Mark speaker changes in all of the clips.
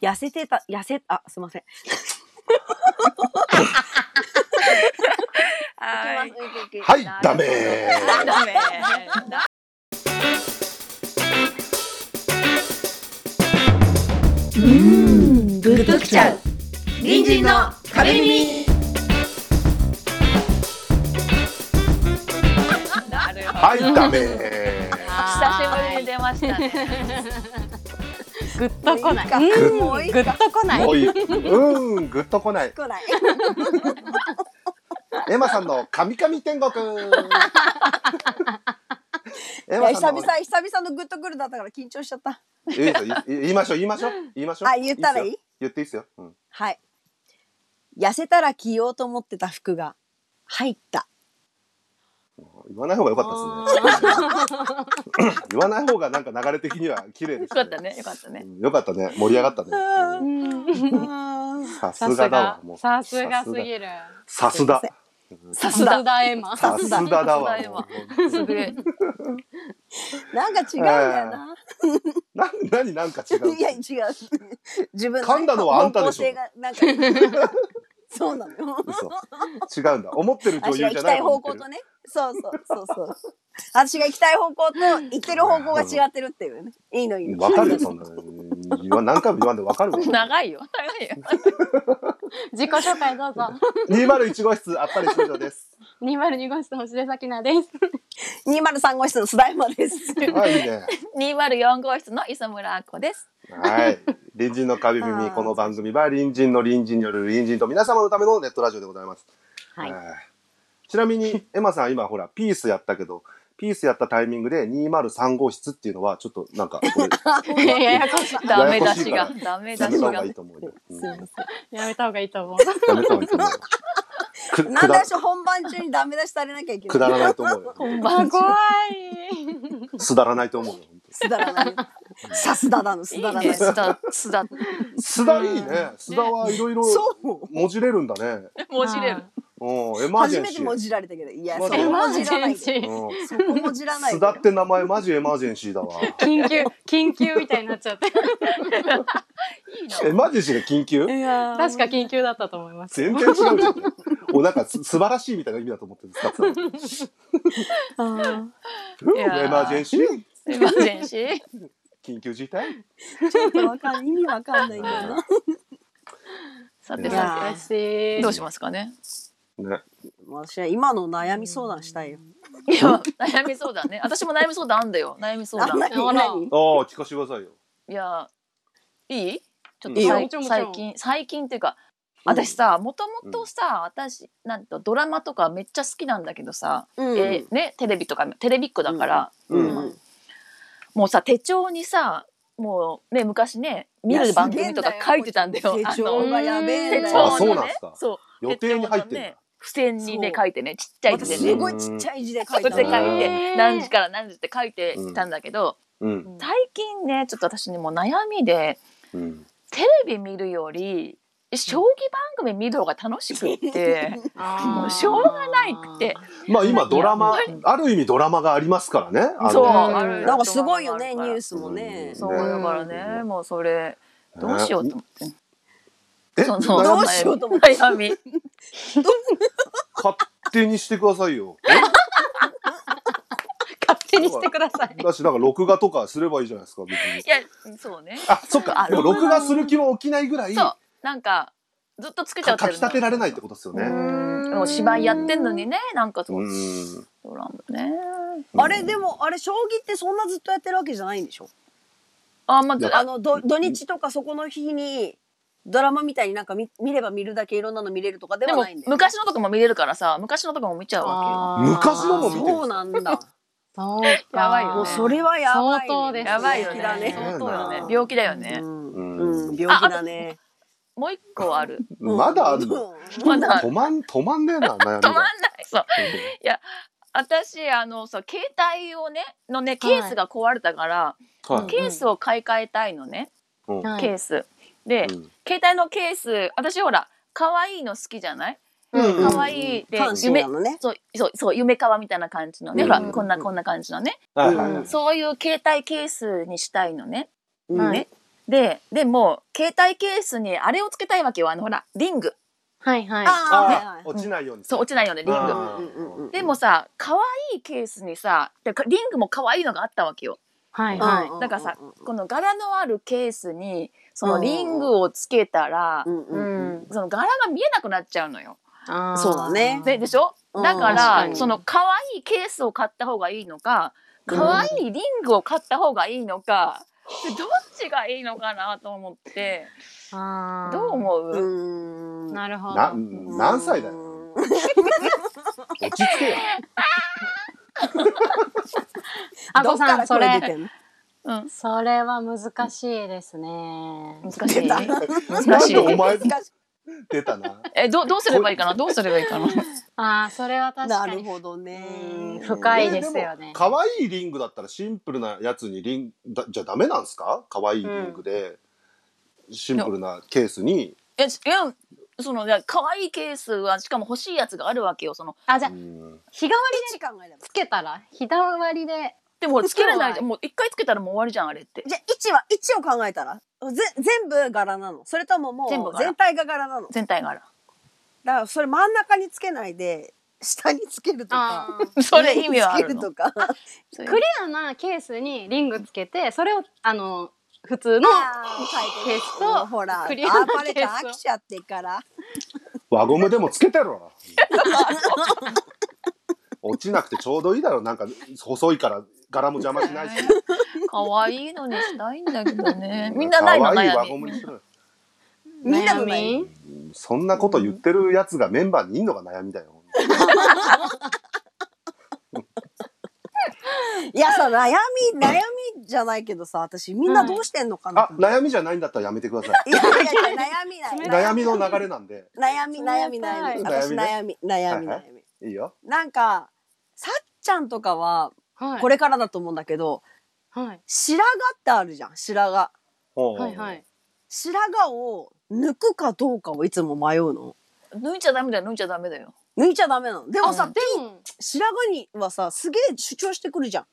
Speaker 1: 痩せてた、痩せ、あ、すいません。
Speaker 2: は
Speaker 1: 行きます行きます
Speaker 3: はい、ダメ
Speaker 2: ダメ。
Speaker 4: グッときちゃう隣人の壁耳
Speaker 2: なるほど。
Speaker 3: はい、ダメ
Speaker 2: 久しぶりに出 ましたね。
Speaker 5: グッとこない。
Speaker 1: か
Speaker 5: うん
Speaker 1: もういい
Speaker 5: グッとこない。
Speaker 3: もういい。うーん、ぐっとこない。
Speaker 1: 来ない。
Speaker 3: エマさんの神々 天国。エ
Speaker 1: いや
Speaker 3: マ
Speaker 1: 久
Speaker 3: さん
Speaker 1: 々
Speaker 3: の。
Speaker 1: 久々のグッとくるだったから緊張しちゃった。
Speaker 3: いいですよい言いましょう、言いましょう、言いましょう。
Speaker 1: あ言ったらいい
Speaker 3: っすよ言っていいですよ。うん
Speaker 1: はい。痩せたら着ようと思ってた服が入った。
Speaker 3: 言わない方が良か ったですね。言わない方がなんか流れ的には綺麗で
Speaker 2: よ
Speaker 3: し
Speaker 2: か
Speaker 3: た
Speaker 2: ったね。よかった
Speaker 3: う
Speaker 2: ね。
Speaker 3: んよかったね。盛り上がったね。うんさすがだわ。もう
Speaker 5: さすがすぎる。
Speaker 3: さすが。
Speaker 1: さす
Speaker 5: さ
Speaker 1: が
Speaker 5: す。がエマ。
Speaker 3: さすがだわ
Speaker 2: さすがだわ。
Speaker 3: も
Speaker 2: す
Speaker 3: う
Speaker 2: ごい。
Speaker 1: なんか違うんだよな。
Speaker 3: な、 なになんか違う。
Speaker 1: いや違う。自分の
Speaker 3: 噛んだのはあんたでしょ
Speaker 1: 方向性がなんか そうなのよ。
Speaker 3: 嘘。違うんだ。思ってる女
Speaker 1: 私
Speaker 3: 優じ
Speaker 1: が
Speaker 3: ゃ
Speaker 1: 行き
Speaker 3: な
Speaker 1: た
Speaker 3: い
Speaker 1: い
Speaker 3: の
Speaker 1: 方向とね。そうそうそう そう。私が行きたい方向と行ってる方向が違ってるっていうね。いいのいいの。
Speaker 3: わかるよ、そんなの。言わ何回も言わんでわかる わ。
Speaker 2: 長いよ。長いよ。
Speaker 5: 自己紹介 どうぞ。
Speaker 3: 201号室、あっぱれ少女 です。
Speaker 5: 202号室の星出咲菜です。
Speaker 1: 二丸三号室の須田山です。
Speaker 3: はい、いいね。
Speaker 2: 二丸四号室の磯村あこです。
Speaker 3: はい。隣人の壁
Speaker 1: は
Speaker 3: 耳、
Speaker 1: い
Speaker 3: この番組は隣人の隣人による隣人と皆様のためのネットラジオでございます。
Speaker 1: はい
Speaker 3: ちなみに、エマさん今ほら、ピースやったけど、ピースやったタイミングで203号室っていうのは、ちょっとなんか、これ、
Speaker 5: いや ややこしい。
Speaker 2: ダメ出し
Speaker 3: やや
Speaker 2: が
Speaker 3: こ。
Speaker 2: ダ メ出
Speaker 3: や
Speaker 2: し
Speaker 3: めた方
Speaker 2: が
Speaker 3: がいい。と思うよ。うんや
Speaker 5: やめた方がいいと思う。
Speaker 3: めた方がいいと思うよ。く
Speaker 1: な
Speaker 3: く
Speaker 1: んで
Speaker 3: だ
Speaker 1: 私本番中にダメ出しされなきゃいけ
Speaker 3: く
Speaker 1: ない。
Speaker 3: だらないと思う よ。
Speaker 2: 本
Speaker 5: あ
Speaker 2: 番中。
Speaker 5: 怖
Speaker 3: すだらないと思うよ。本当
Speaker 1: 須田だな。 さすだだの
Speaker 2: い
Speaker 1: 須
Speaker 2: い
Speaker 1: 田だ
Speaker 2: ね。
Speaker 1: な。
Speaker 2: すだすだ。
Speaker 3: 須田いいね。須田はいろいろ
Speaker 1: そう。
Speaker 3: もじれるんだね。
Speaker 2: もじれる。
Speaker 3: うん、エマー
Speaker 1: 初
Speaker 3: ジェン
Speaker 1: め
Speaker 3: シ
Speaker 1: ても
Speaker 3: ー。
Speaker 1: じられたけど、いや、
Speaker 3: ま
Speaker 1: そ
Speaker 3: あ
Speaker 1: こ
Speaker 5: い。エマ
Speaker 1: も
Speaker 5: ー
Speaker 1: じ
Speaker 5: ジ
Speaker 1: ら
Speaker 5: ェ
Speaker 1: ない
Speaker 5: ン
Speaker 1: で。
Speaker 5: シー。
Speaker 3: うん
Speaker 1: そこもじらないで。
Speaker 3: 須田って名前マジエマージェンシーだわ。
Speaker 5: 緊急緊急みたいになっちゃって。
Speaker 2: いい
Speaker 3: エ
Speaker 2: の。
Speaker 3: マージェンシーが緊急
Speaker 5: 確か緊急だったと思います。
Speaker 3: 全然違うじゃん。おなんかす素晴らしいみたいな意味だと思ってるんですか。うん
Speaker 2: い
Speaker 3: エ
Speaker 2: やー
Speaker 3: マージェンシー
Speaker 2: エマージェンシー。
Speaker 3: 緊急事態
Speaker 1: ちょっとわかん意味わかんないんだよな。
Speaker 2: さて
Speaker 3: い
Speaker 2: さ
Speaker 1: や
Speaker 5: 難しい
Speaker 2: て。どうしますかね。
Speaker 3: ね。
Speaker 1: 私は今の悩み相談したいよ。
Speaker 2: いや悩み相談ね。私も悩み相談あんだよ。悩み相
Speaker 1: あ、
Speaker 2: 談。
Speaker 1: なに
Speaker 5: あら
Speaker 1: なに
Speaker 3: ああ聞かせてくださいよ。
Speaker 2: いやいいちょっ
Speaker 3: い
Speaker 2: と
Speaker 3: いよ
Speaker 2: さい
Speaker 5: もちろんもちろん
Speaker 2: 最近最近っていうか私さもともとさ私なんとドラマとかめっちゃ好きなんだけどさ、
Speaker 1: うん
Speaker 2: えーね、テレビとかテレビっ子だから、
Speaker 3: うん。
Speaker 2: もうさ手帳にさもうね昔ね見る番組とか書いてたんだよ。
Speaker 1: 手
Speaker 2: あの
Speaker 1: 帳がやべえんだ
Speaker 2: 手
Speaker 1: よ。
Speaker 3: あ
Speaker 2: 帳
Speaker 3: そう
Speaker 2: の
Speaker 3: なん
Speaker 2: ね
Speaker 3: すか
Speaker 2: そう
Speaker 3: 予定に入って
Speaker 2: 手帳の
Speaker 3: るん
Speaker 2: ね
Speaker 3: だ。
Speaker 2: 付箋にね
Speaker 1: そう
Speaker 2: 書いてねちっちゃい
Speaker 1: 私
Speaker 2: 字
Speaker 1: す
Speaker 2: でね
Speaker 1: ごいちっちゃい字で書い
Speaker 2: こ
Speaker 1: てあ
Speaker 2: っちで
Speaker 1: る
Speaker 2: 書い
Speaker 5: へ
Speaker 2: て
Speaker 5: ー
Speaker 2: 何時から何時って書いてたんだけど、
Speaker 3: うん
Speaker 2: 最近ねちょっと私ねもう悩みで
Speaker 3: うん。
Speaker 2: テレビ見るより将棋番組見る方が楽しく ってもうしょうがないくて。
Speaker 3: まあ今ドラマある意味ドラマがありますからね。あの
Speaker 2: そう
Speaker 5: あ
Speaker 2: る
Speaker 1: なんかすごいよね、
Speaker 2: ド
Speaker 1: ニ
Speaker 2: ラマ
Speaker 1: ュ
Speaker 2: があるから
Speaker 1: ースもね。
Speaker 2: そうだからねもうそれどうしようと思って
Speaker 3: え
Speaker 2: その
Speaker 1: どうしようと思って
Speaker 2: 悩み
Speaker 3: 勝手にしてくださいよ。
Speaker 5: 勝手にしてください。
Speaker 3: だしなんか録画とかすればいいじゃないですか別に
Speaker 2: いやそうね
Speaker 3: あそっか
Speaker 2: あ
Speaker 3: でも
Speaker 2: 録
Speaker 3: 録
Speaker 2: 画
Speaker 3: 画する気も起きないぐらい
Speaker 2: そう
Speaker 3: か
Speaker 2: なんかずっとつけちゃって
Speaker 3: 書き
Speaker 2: る
Speaker 3: 立てられないってことですよ
Speaker 2: う
Speaker 3: ね
Speaker 2: んもう芝居やってんのにねなんかそううんドラマね
Speaker 1: あれ、でも、あれ、将棋ってそんなずっとやってるわけじゃないんでしょ
Speaker 2: あまず
Speaker 1: あの、ど土日とかそこの日に、ドラマみたいになんか見見れば見るだけいろんなの見れるとかで
Speaker 2: で
Speaker 1: は
Speaker 2: も
Speaker 1: ないんだよね
Speaker 2: 昔のとかも見れるからさ昔のとかも見ちゃうわ
Speaker 3: あー昔のも見てる
Speaker 1: そうなん だ。
Speaker 5: そうか
Speaker 2: やばいよね
Speaker 1: もうそれはやばい、ね。
Speaker 5: 相当で
Speaker 2: け
Speaker 5: す
Speaker 2: よやばいよ
Speaker 1: 病
Speaker 2: ね
Speaker 1: 気だね。
Speaker 2: 相当よね病気だよね
Speaker 1: うん、
Speaker 3: うん
Speaker 1: うん、病気だね。
Speaker 2: もう一個ある
Speaker 3: まだあるの
Speaker 2: まだ ある
Speaker 3: 止まん止まんねえな悩み
Speaker 2: 止まん
Speaker 3: が
Speaker 2: ないそう私あのそう携帯をねのねケースが壊れたから、
Speaker 3: はい
Speaker 2: ケースを買い替えたいのね、
Speaker 3: うん
Speaker 5: はい
Speaker 2: ケースで、
Speaker 3: うん
Speaker 2: 携帯のケース私ほら可愛いの好きじゃない
Speaker 3: うん
Speaker 2: 可愛いで
Speaker 1: 関心
Speaker 2: 夢
Speaker 1: なのね。
Speaker 2: そうそうそう夢かわみたいな感じのね、
Speaker 3: うん
Speaker 2: ほらこんなこんな感じのね、
Speaker 3: はいはいはい
Speaker 2: そういう携帯ケースにしたいのね、
Speaker 1: うん
Speaker 5: は
Speaker 1: ね
Speaker 5: い。
Speaker 2: で、でも、携帯ケースにあれをつけたいわけよ。あの、ほら、リング。
Speaker 5: はいはい。
Speaker 3: あ
Speaker 1: あ
Speaker 3: あ、落ちないように。
Speaker 2: そう、落ちないよね、リン
Speaker 1: ー
Speaker 2: グ。
Speaker 3: あー
Speaker 1: うんうんうんうん
Speaker 2: でもさ、可愛いケースにさ、でかリングも可愛いのがあったわけよ。
Speaker 5: はい
Speaker 1: うん
Speaker 5: はい。
Speaker 1: うん
Speaker 2: だからさ、この柄のあるケースに、そのリン
Speaker 1: うん
Speaker 2: グをつけたら
Speaker 1: う、んうんうんうん
Speaker 2: その柄が見えなくなっちゃうのよ。
Speaker 5: あー
Speaker 1: そうだね
Speaker 2: ででしょ
Speaker 1: うん
Speaker 2: だか
Speaker 5: 確からに
Speaker 2: その可愛いケースを買った方がいいのか可愛いリングを買った方がいいのかでどっちがいいのかなと思って
Speaker 5: あー
Speaker 2: どう思う、
Speaker 1: うん
Speaker 5: なるほど。
Speaker 3: な
Speaker 5: あ
Speaker 3: 何歳だよ。落ち着けよ。
Speaker 1: ど
Speaker 5: こ
Speaker 1: っ
Speaker 5: さ
Speaker 1: から
Speaker 5: ん、そ
Speaker 1: 声出
Speaker 5: れ。
Speaker 1: てんの
Speaker 2: うん、
Speaker 5: それは難しいですね。
Speaker 2: 難しい
Speaker 1: 出た
Speaker 2: 難
Speaker 3: なん
Speaker 2: しい
Speaker 3: でお前
Speaker 1: 難しい
Speaker 3: 出たな。
Speaker 2: えどうどうすればいいかなどうすればいいかな
Speaker 5: ああ、それは確
Speaker 1: な
Speaker 5: か
Speaker 1: る
Speaker 5: に。
Speaker 1: ほどね
Speaker 5: うん深い
Speaker 3: え
Speaker 5: ですよね
Speaker 3: も可愛いリングだったらシンプルなやつにリンだじゃダメなんですか？可愛いリングで、シンプルなケースに。
Speaker 2: えいやそのいや可愛いケースはしかも欲しいやつがあるわけよその
Speaker 5: あ、じゃ
Speaker 3: う
Speaker 5: あ、
Speaker 3: ん
Speaker 5: 日替わり
Speaker 1: 時間があれば
Speaker 5: つけたら日替わりで。
Speaker 2: でもほらつけれないじゃんもう一回つけたらもう終わりじゃんあれって
Speaker 1: じゃあ位置は位置を考えたらぜ全部柄なのそれともも
Speaker 2: 全部
Speaker 1: う
Speaker 2: 柄
Speaker 1: 全体が柄なの
Speaker 2: 全体がある
Speaker 1: だからそれ真ん中につけないで下につけるとか
Speaker 5: あー
Speaker 2: それ意味はある
Speaker 1: 上につけ
Speaker 2: の
Speaker 1: とか
Speaker 2: それ
Speaker 5: クリアなケースにリングつけて、それを、あの、普通の、
Speaker 1: ケ
Speaker 5: ースと
Speaker 1: ほらア
Speaker 5: クリアな
Speaker 1: ーパレット
Speaker 5: ケースを
Speaker 1: 飽きちゃってから
Speaker 3: 輪ゴムでもつけてろ。落ちなくてちょうどいいだろ。なんか細いから柄も邪魔しないし。
Speaker 2: 可愛いのにしたいんだけどね みんなないの
Speaker 3: 可愛い輪
Speaker 2: 悩
Speaker 3: ゴム
Speaker 2: み
Speaker 3: にする。
Speaker 1: みんなの
Speaker 5: 悩み
Speaker 3: そんなこと言ってるやつがメンバーにいんのが悩みだよ。
Speaker 1: いやさ悩み悩みじゃないけどさ私みんなどうしてんのかな
Speaker 3: あ、悩みじゃないんだったらやめてください。
Speaker 1: いやいやいや悩みない
Speaker 3: 悩みの流れなんで。
Speaker 1: 悩み悩み悩み
Speaker 3: 冷たい
Speaker 1: 私悩み悩み
Speaker 3: はいは
Speaker 1: 悩
Speaker 3: い
Speaker 1: み
Speaker 3: いいよ。
Speaker 1: なんかさっちゃんとかは
Speaker 5: はい。
Speaker 1: これからだと思うんだけど
Speaker 5: はい。
Speaker 1: 白髪ってあるじゃん白髪
Speaker 3: ほう
Speaker 5: はいはい。
Speaker 1: 白髪を抜くかどうかをいつも迷うの
Speaker 2: 抜いちゃダメだよ抜いちゃダメだよ
Speaker 1: 抜いちゃダメなのでもさ、
Speaker 2: あ
Speaker 5: でも、
Speaker 1: 白髪にはさすげえ主張してくるじゃん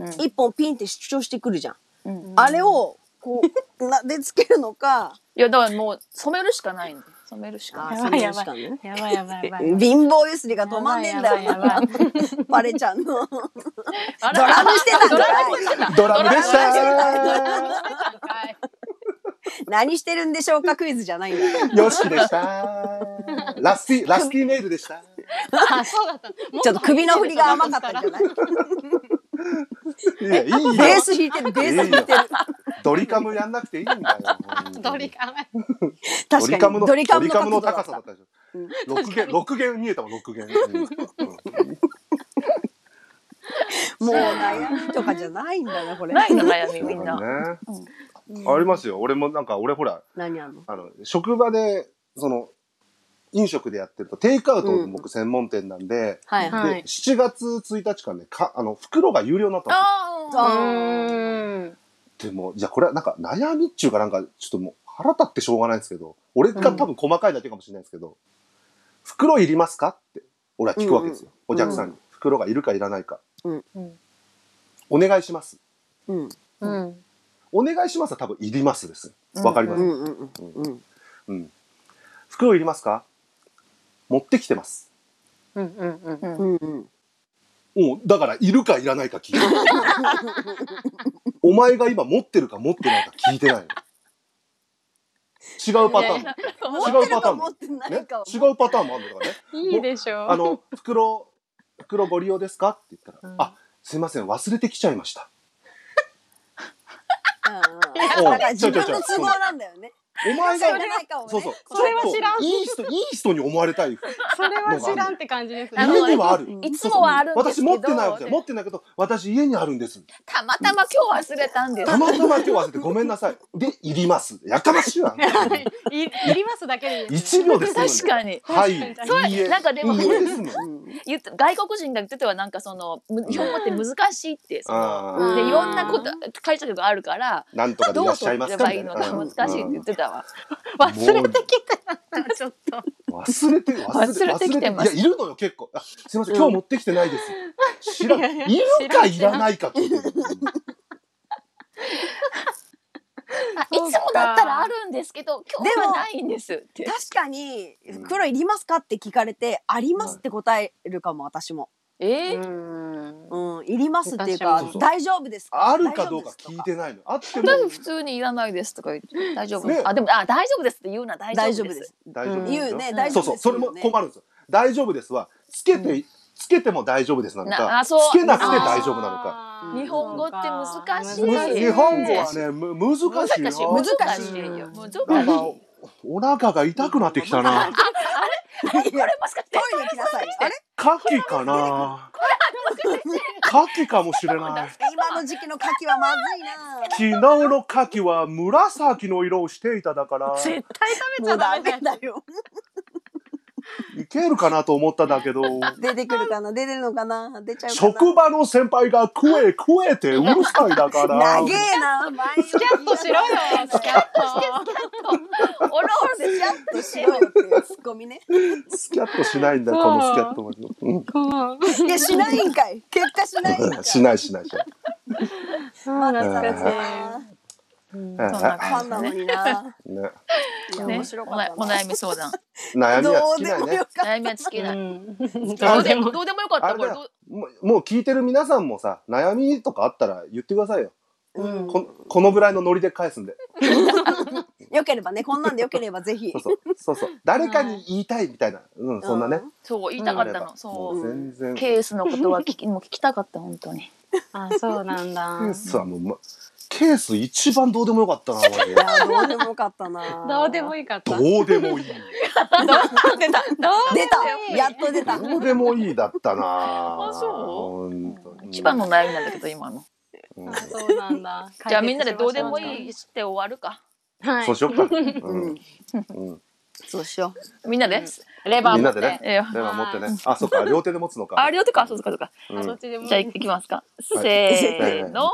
Speaker 5: うん
Speaker 1: 一本ピンって主張してくるじゃん、
Speaker 2: うん
Speaker 1: あれをこうなでつけるのか
Speaker 2: いやだからもう染めるしかないんだよ染めるしか
Speaker 1: あ
Speaker 2: ない
Speaker 1: ー
Speaker 5: やばい
Speaker 1: そうしかね
Speaker 5: やばいやばいやばい。
Speaker 1: 貧乏ゆすりが止まんねえんだ
Speaker 5: や
Speaker 1: よ
Speaker 5: ばいやばい
Speaker 1: パレちゃんの
Speaker 2: あれ
Speaker 1: ドラムしてたん
Speaker 2: ド
Speaker 1: か
Speaker 2: ラム
Speaker 1: い
Speaker 2: してた
Speaker 3: ドラムでした
Speaker 1: 何してるんでしょうかクイズじゃないんだよ
Speaker 3: よしでした。ラスティ、ラスティネイルでした。
Speaker 5: あ、そうだった。も
Speaker 1: ちょっと首の振りが甘かったんじゃない
Speaker 3: いや、いいよ。
Speaker 1: ベース弾いてるベース弾いてる
Speaker 3: いいよドリカムやんなくていいんだよ。
Speaker 5: ドリカム。
Speaker 1: 確かに
Speaker 3: ドリカムの、ドリカム
Speaker 1: 角度
Speaker 3: の
Speaker 1: だ
Speaker 3: 高
Speaker 1: っ
Speaker 3: さ
Speaker 1: た
Speaker 3: だったでしょ。六弦、六弦見えたもん、六弦。
Speaker 1: もう悩みとかじゃないんだねこれ
Speaker 2: ないの悩み みんな
Speaker 3: な。ありますよ。俺もなんか、俺ほら、
Speaker 1: 何あんの
Speaker 3: あの、職場で、その、飲食でやってると、テイクアウト僕専門店なんで、
Speaker 1: はい
Speaker 5: は
Speaker 1: はいい
Speaker 3: で、7月1日からね、か、あの、袋が有料になったの。
Speaker 2: あ
Speaker 1: う
Speaker 2: あ
Speaker 5: うん。
Speaker 3: でも、じゃあこれはなんか悩みっちゅうかなんか、ちょっともう腹立ってしょうがないんですけど、俺が多分細かいだけかもしれないですけど、袋いりますかって、俺は聞くわけですよ。
Speaker 1: ん
Speaker 3: お客さんに。袋がいるかいらないか。
Speaker 1: うん
Speaker 5: うん
Speaker 3: お願いします。
Speaker 1: うん
Speaker 5: うん。
Speaker 3: お願いしますは多分いりますです。わかります。
Speaker 1: うんうんうんうん
Speaker 3: うん袋いりますか持ってきてます。
Speaker 5: うんうんうん。
Speaker 1: うんうん
Speaker 3: おうだからいるかいらないか聞いてない。 お前が今持ってるか持ってないか聞いてないの。違うパターンも。
Speaker 1: 持ってるか
Speaker 3: も
Speaker 1: 持ってな
Speaker 3: ね
Speaker 1: いかは、
Speaker 3: 違うパターンもあるんだからね。
Speaker 5: いいでしょう。
Speaker 3: あの、袋、袋ご利用ですかって言ったら、
Speaker 5: うん
Speaker 3: あ、すいません、忘れてきちゃいました。
Speaker 1: うんうんだから自分の都合なんだよね。
Speaker 3: お前
Speaker 1: それ
Speaker 3: が、
Speaker 1: ないかもね。
Speaker 3: そうそう、
Speaker 5: それは知らん
Speaker 3: ちょっといい人、いい人に思われたい。
Speaker 5: それは知らんって感じですね
Speaker 2: な。るほど
Speaker 3: 家にはある。
Speaker 1: うん
Speaker 2: いつもはあるんです
Speaker 3: 私
Speaker 2: けど
Speaker 3: 持ってないわけじゃない持ってないけど、私家にあるんです。
Speaker 2: たまたま今日忘れたんです
Speaker 3: たまたま今日忘れてごめんなさい。で、いります。やかましいわ。
Speaker 5: いいりますだけでいいです
Speaker 3: 一秒です
Speaker 2: 確かに
Speaker 3: はい。
Speaker 2: そう
Speaker 3: いいえ
Speaker 2: なんかでも
Speaker 3: いいえですもん
Speaker 1: うん
Speaker 2: 言って外国人が言っててはなんかそのむ日本語って難しいってその
Speaker 3: あ
Speaker 5: ー
Speaker 2: でいろんなこと解釈があるから
Speaker 3: ーなんとかでい
Speaker 2: ど
Speaker 3: ら
Speaker 2: う
Speaker 3: っしゃ
Speaker 2: 取
Speaker 3: いま
Speaker 2: れ
Speaker 3: すか
Speaker 2: ばい
Speaker 3: みた
Speaker 2: い
Speaker 3: い
Speaker 2: の
Speaker 3: な。
Speaker 2: か難しいって言ってたわ
Speaker 3: 忘れて
Speaker 2: ちょっと
Speaker 3: 忘れて忘
Speaker 2: 忘
Speaker 3: れ
Speaker 2: れてきてます
Speaker 3: いやいるのよ結構あすみません今日持ってきてないです知らんいるかいらないか聞いてる
Speaker 2: あいつもだったらあるんですけど今日はないんですって
Speaker 1: 確かに
Speaker 3: うん
Speaker 1: 袋いりますかって聞かれて、ありますって答えるかも私も、
Speaker 2: えー
Speaker 5: ん。
Speaker 1: うん、いりますっていうか
Speaker 5: 私
Speaker 3: もそう
Speaker 1: 大丈夫ですか
Speaker 3: あるかどうか聞いて
Speaker 1: ない
Speaker 3: ないの。あっても
Speaker 2: 私普通にいらないですとか言って大丈夫、
Speaker 3: ね
Speaker 2: あでもあ大丈夫ですって言うな大
Speaker 1: 大
Speaker 2: 丈
Speaker 1: 丈
Speaker 2: 夫
Speaker 1: 夫
Speaker 2: です
Speaker 1: です
Speaker 3: 大丈夫ですよ。
Speaker 1: 言うね
Speaker 2: ん
Speaker 1: 大丈
Speaker 3: そう
Speaker 1: 夫
Speaker 3: そう、
Speaker 1: です
Speaker 3: そ
Speaker 1: よ
Speaker 3: れ
Speaker 1: ね、
Speaker 3: も困るんですよ。大丈夫ですは、つけて、つけても大丈夫ですなの
Speaker 2: な
Speaker 3: か、
Speaker 2: あ
Speaker 3: つ
Speaker 2: そう
Speaker 3: けなくて
Speaker 2: あー
Speaker 3: 大丈夫なのか。
Speaker 5: か
Speaker 1: 日
Speaker 2: 本語って難しい
Speaker 3: む
Speaker 2: 難しい
Speaker 3: 日本語は
Speaker 2: 難
Speaker 3: ね、む難
Speaker 2: 難
Speaker 3: しい
Speaker 2: しい
Speaker 3: よ。
Speaker 1: 難しい
Speaker 2: よ難しい
Speaker 3: なんか、お腹が痛くなってきた な。
Speaker 1: これ
Speaker 2: もしかして
Speaker 1: トイレ行きなさいあれ
Speaker 3: 牡蠣かな牡蠣かもし れない。
Speaker 1: 今の時期の牡蠣はまずいな
Speaker 3: 昨日の牡蠣は紫の色をしていただから、
Speaker 5: 絶対食べち
Speaker 1: も
Speaker 5: ゃ
Speaker 1: うダ
Speaker 5: ダメだ
Speaker 1: メ
Speaker 5: よ。
Speaker 1: だよ
Speaker 3: いけるかなと思っただ けど、
Speaker 1: 出てくるかな出てるのかな出ちゃうかな
Speaker 3: 職場の先輩が食え食えってうるさいだから
Speaker 1: 長、えな前
Speaker 5: スキャットしろよ。スキャット。
Speaker 2: おろおろで
Speaker 1: ちゃんとしろよっていうツッコミね
Speaker 3: スキャットしないんだ、このスキャットも。うん
Speaker 1: いやしないんかい結果しないんかい
Speaker 3: しないしないしない。
Speaker 5: そう
Speaker 1: ま
Speaker 5: 懐
Speaker 1: だ
Speaker 5: かし
Speaker 1: な
Speaker 5: い
Speaker 2: そんな
Speaker 1: ファンな
Speaker 2: 感じ
Speaker 1: の
Speaker 2: ね
Speaker 1: にな
Speaker 3: ね、
Speaker 1: いや
Speaker 2: ね
Speaker 1: 面白か
Speaker 2: お
Speaker 1: ったな
Speaker 2: なお悩み相談
Speaker 3: 悩み
Speaker 1: ど
Speaker 3: は
Speaker 1: う
Speaker 3: 尽き
Speaker 1: で
Speaker 3: ない
Speaker 1: もよ
Speaker 3: ね。
Speaker 1: かっ
Speaker 2: 悩みは尽きない、
Speaker 5: う
Speaker 2: ど
Speaker 5: ん。ど
Speaker 2: う
Speaker 5: う
Speaker 2: で
Speaker 5: で
Speaker 2: も
Speaker 5: も。
Speaker 2: どうでもよかっ
Speaker 3: あ
Speaker 2: た
Speaker 3: れ
Speaker 2: こ
Speaker 3: だ
Speaker 2: れ
Speaker 3: よ
Speaker 2: どう
Speaker 3: もうもう聞いてる皆さんもさ、悩みとかあったら言ってくださいよ。
Speaker 1: た、うん、
Speaker 3: ここのぐらいのノリで返すんで。
Speaker 1: よければねこんなんでよければぜひ
Speaker 3: そうそう。そうそう。誰かに言いたいみたいな。うん、そんなね。
Speaker 2: そう言いたかったの、
Speaker 3: も
Speaker 2: そう
Speaker 3: う全然。ケ
Speaker 2: ケースのことは聞きもう聞きたかった本当に
Speaker 5: あ、そうなんだ。
Speaker 3: ースはもう、ま、ケース一番どうでもよかったな、俺
Speaker 1: いやどうでもよかったな
Speaker 5: どうでもいいかった。
Speaker 3: どうでもいい。
Speaker 5: 出た。どう
Speaker 1: 出たやっと出た
Speaker 3: どうでもいいだったな。
Speaker 2: あそう
Speaker 3: 本当に
Speaker 2: 一番の悩みなんだけど今の
Speaker 3: うん
Speaker 5: あそうなんだ。
Speaker 2: じゃあみんなでどうでもい
Speaker 5: い。
Speaker 2: いして終わるか
Speaker 5: は
Speaker 3: そう
Speaker 5: い。
Speaker 3: しよっか。
Speaker 1: う
Speaker 3: うんん。うん。
Speaker 1: そうしよ
Speaker 2: みんなで、
Speaker 5: レバー持って。
Speaker 3: みんなでね
Speaker 2: えー
Speaker 3: では持ってね。あ、そっか。両手で持つのか。
Speaker 2: あれよとかそうかそうか
Speaker 3: うん
Speaker 5: あどっちでもいい。
Speaker 2: じゃあいきますか、
Speaker 3: はい
Speaker 2: せーの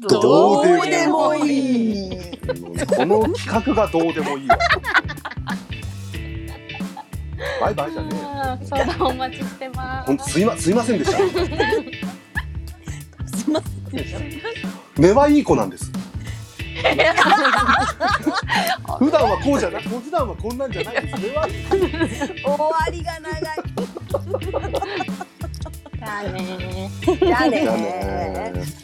Speaker 3: どう
Speaker 1: でもい
Speaker 2: い
Speaker 3: この企画がどうでもいいわ。バイバイじゃねえよ。
Speaker 5: あー相談お待ちしてます
Speaker 3: ほん。とすいま、すいませんでした。
Speaker 1: うすいません
Speaker 3: 根はいい子なんです。普段はこうじゃな、普段はこんなんじゃないです。根はいい子。
Speaker 1: 終わりが長い
Speaker 5: じゃあねー。
Speaker 1: じゃあね
Speaker 3: じゃあね